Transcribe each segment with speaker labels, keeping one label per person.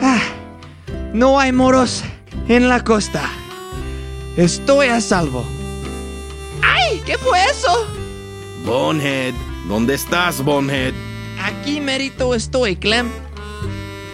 Speaker 1: Ah, No hay moros en la costa. Estoy a salvo. ¡Ay! ¿Qué fue eso?
Speaker 2: Bonehead, ¿dónde estás, Bonehead?
Speaker 1: Aquí merito estoy, Clem.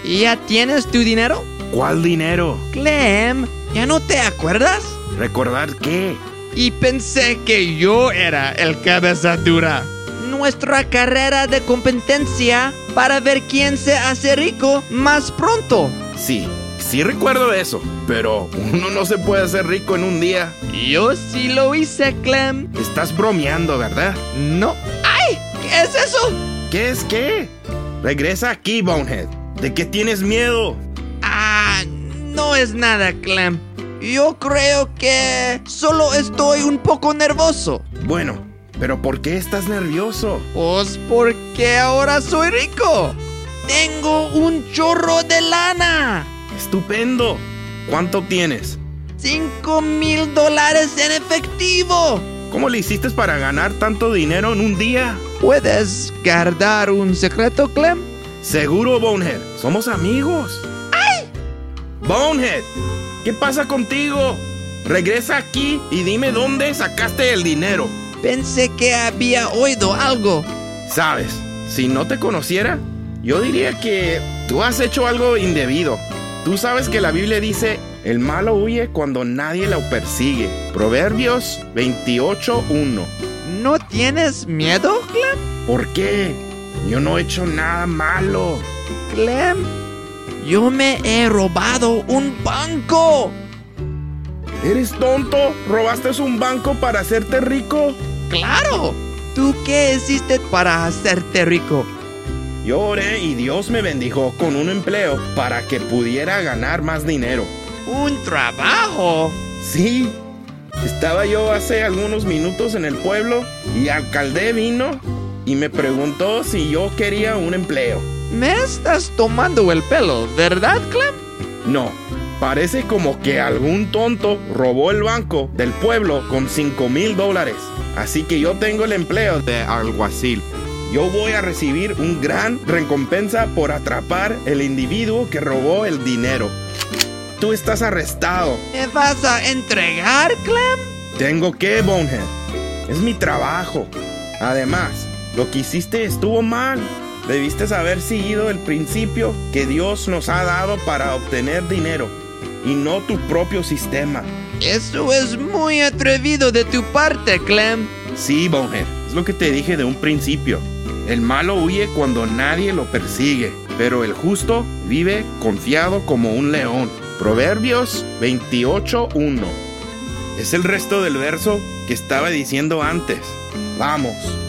Speaker 1: ¿Ya tienes tu dinero?
Speaker 2: ¿Cuál dinero?
Speaker 1: Clem, ¿ya no te acuerdas?
Speaker 2: ¿Recordar qué?
Speaker 1: Y pensé que yo era el cabeza dura. Nuestra carrera de competencia para ver quién se hace rico más pronto.
Speaker 2: Sí, sí recuerdo eso, pero uno no se puede hacer rico en un día.
Speaker 1: Yo sí lo hice, Clem.
Speaker 2: Estás bromeando, ¿verdad?
Speaker 1: No. ¡Ay! ¿Qué es eso?
Speaker 2: ¿Qué es qué? Regresa aquí, Bonehead. ¿De qué tienes miedo?
Speaker 1: Ah, no es nada, Clem. Yo creo que solo estoy un poco nervioso.
Speaker 2: Bueno, pero ¿por qué estás nervioso?
Speaker 1: Pues porque ahora soy rico. Tengo un chorro de lana.
Speaker 2: Estupendo. ¿Cuánto tienes?
Speaker 1: Cinco mil dólares en efectivo.
Speaker 2: ¿Cómo le hiciste para ganar tanto dinero en un día?
Speaker 1: ¿Puedes guardar un secreto, Clem?
Speaker 2: Seguro, Bonehead. Somos amigos. ¡Ay! Bonehead, ¿qué pasa contigo? Regresa aquí y dime dónde sacaste el dinero.
Speaker 1: Pensé que había oído algo.
Speaker 2: Sabes, si no te conociera, yo diría que tú has hecho algo indebido. Tú sabes que la Biblia dice, el malo huye cuando nadie lo persigue. Proverbios 28.1.
Speaker 1: ¿No tienes miedo, Clem?
Speaker 2: ¿Por qué? Yo no he hecho nada malo.
Speaker 1: Clem, yo me he robado un banco.
Speaker 2: ¿Eres tonto? ¿Robaste un banco para hacerte rico?
Speaker 1: ¡Claro! ¿Tú qué hiciste para hacerte rico?
Speaker 2: Yo oré y Dios me bendijo con un empleo para que pudiera ganar más dinero.
Speaker 1: ¿Un trabajo?
Speaker 2: Sí. Estaba yo hace algunos minutos en el pueblo y alcalde vino y me preguntó si yo quería un empleo.
Speaker 1: Me estás tomando el pelo, ¿verdad, Clem?
Speaker 2: No, parece como que algún tonto robó el banco del pueblo con 5 mil dólares. Así que yo tengo el empleo de alguacil. Yo voy a recibir un gran recompensa por atrapar el individuo que robó el dinero. Tú estás arrestado.
Speaker 1: ¿Me vas a entregar, Clem?
Speaker 2: Tengo que, Bonehead. Es mi trabajo. Además, lo que hiciste estuvo mal. Debiste haber seguido el principio que Dios nos ha dado para obtener dinero y no tu propio sistema.
Speaker 1: Eso es muy atrevido de tu parte, Clem.
Speaker 2: Sí, Bonehead, es lo que te dije de un principio. El malo huye cuando nadie lo persigue, pero el justo vive confiado como un león. Proverbios 28.1 es el resto del verso que estaba diciendo antes. Vamos,